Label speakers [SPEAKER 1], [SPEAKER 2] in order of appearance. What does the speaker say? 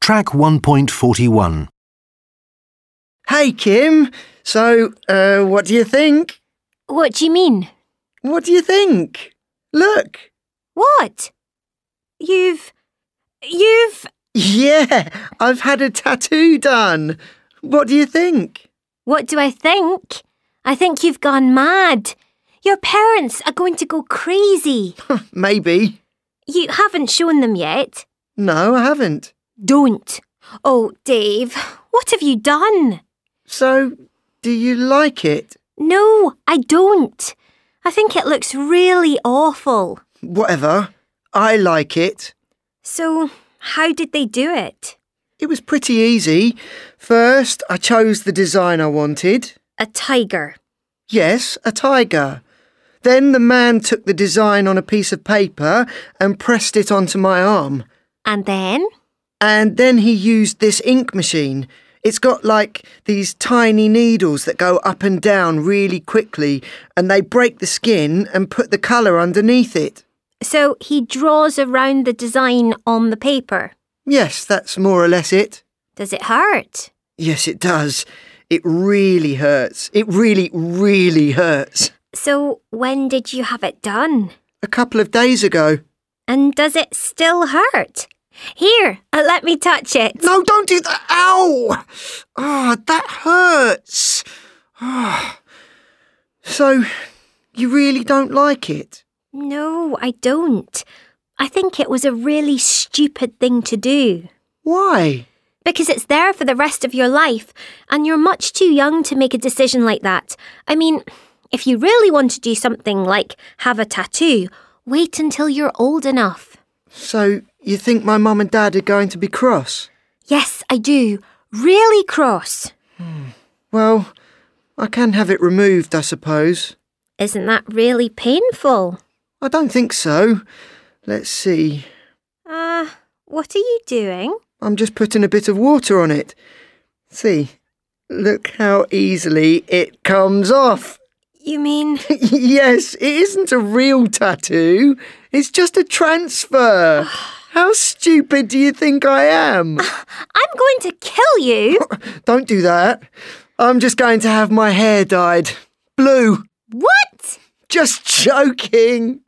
[SPEAKER 1] Track 1.41.
[SPEAKER 2] Hey, Kim. So, uh, what do you think?
[SPEAKER 3] What do you mean?
[SPEAKER 2] What do you think? Look.
[SPEAKER 3] What? You've. You've.
[SPEAKER 2] Yeah, I've had a tattoo done. What do you think?
[SPEAKER 3] What do I think? I think you've gone mad. Your parents are going to go crazy.
[SPEAKER 2] Maybe.
[SPEAKER 3] You haven't shown them yet.
[SPEAKER 2] No, I haven't.
[SPEAKER 3] Don't. Oh, Dave, what have you done?
[SPEAKER 2] So, do you like it?
[SPEAKER 3] No, I don't. I think it looks really awful.
[SPEAKER 2] Whatever. I like it.
[SPEAKER 3] So, how did they do it?
[SPEAKER 2] It was pretty easy. First, I chose the design I wanted.
[SPEAKER 3] A tiger.
[SPEAKER 2] Yes, a tiger. Then the man took the design on a piece of paper and pressed it onto my arm.
[SPEAKER 3] And then?
[SPEAKER 2] And then he used this ink machine. It's got like these tiny needles that go up and down really quickly, and they break the skin and put the colour underneath it.
[SPEAKER 3] So, he draws around the design on the paper.
[SPEAKER 2] Yes, that's more or less it.
[SPEAKER 3] Does it hurt?
[SPEAKER 2] Yes, it does. It really hurts. It really, really hurts.
[SPEAKER 3] So, when did you have it done?
[SPEAKER 2] A couple of days ago.
[SPEAKER 3] And does it still hurt? Here, uh, let me touch it.
[SPEAKER 2] No, don't do that. Ow! Ah, that hurts. Ah. So, you really don't like it?
[SPEAKER 3] No, I don't. I think it was a really stupid thing to do.
[SPEAKER 2] Why?
[SPEAKER 3] Because it's there for the rest of your life, and you're much too young to make a decision like that. I mean, if you really want to do something like have a tattoo, wait until you're old enough.
[SPEAKER 2] So, you think my mum and dad are going to be cross?
[SPEAKER 3] Yes, I do. Really cross.
[SPEAKER 2] Well, I can have it removed, I suppose.
[SPEAKER 3] Isn't that really painful?
[SPEAKER 2] I don't think so. Let's see.
[SPEAKER 3] Ah, what are you doing?
[SPEAKER 2] I'm just putting a bit of water on it. See, look how easily it comes off.
[SPEAKER 3] You mean.
[SPEAKER 2] yes, it isn't a real tattoo, it's just a transfer. how stupid do you think I am?
[SPEAKER 3] I'm going to kill you.
[SPEAKER 2] don't do that. I'm just going to have my hair dyed blue.
[SPEAKER 3] What?
[SPEAKER 2] Just joking.